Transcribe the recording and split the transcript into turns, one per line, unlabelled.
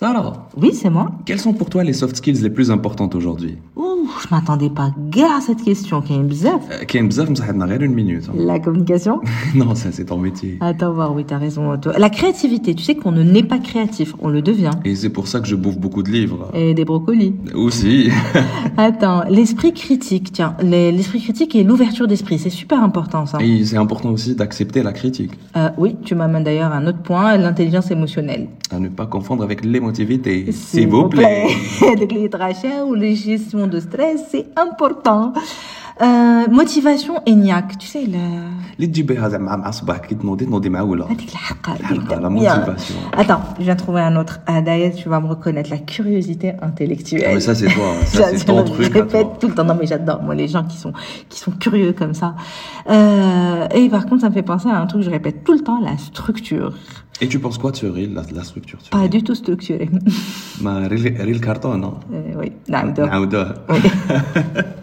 Alors,
Oui, c'est moi.
quelles sont pour toi les soft skills les plus importantes aujourd'hui
Ouh, je m'attendais pas gare à cette question qui est bzaf.
Euh, كاين بزاف مساحتنا غير une minute. hein.
La communication
non, ça c'est ton métier.
Attends voir, oui, t'as raison. toi. La créativité, tu sais qu'on ne naît pas créatif, on le devient.
Et c'est pour ça que je bouffe beaucoup de livres. Euh,
Et des brocolis.
Aussi.
Attends, l'esprit critique, tiens, les- l'esprit critique et l'ouverture d'esprit, c'est super important ça.
Et c'est important aussi d'accepter la critique,
Euh, oui, tu m'amènes d'ailleurs à un autre point, l'intelligence émotionnelle.
à ne pas confondre avec l'émotivité. S'il vous plaît.
Donc les trachées ou les gestions de stress, c'est important. Euh, motivation et niaque, tu sais, la...
اللي تجيب بها زعما مع صباحك كي تنوضي تنوضي مع ولا
هذيك الحقة
الحقة، Ah, la
Ah, Bien.
motivation.
Attends, je viens de trouver un autre. Ah, d'ailleurs, tu vas me reconnaître la curiosité
Ah,
intellectuelle.
mais ça c'est toi, hein. ça
Ça,
c'est
je
ton
le
truc. à
répète
toi.
tout le temps. Non, mais j'adore, moi, les gens qui sont, qui sont curieux comme ça. Euh, et par contre, ça me fait penser à un truc que je répète tout le temps, la structure.
Et tu penses quoi de ce reel, la, la structure tu
Pas du tout structurée.
ما ريل, ريل كارتون Ah,
Euh, oui, non, mais donc-
نعاودوها
Oui.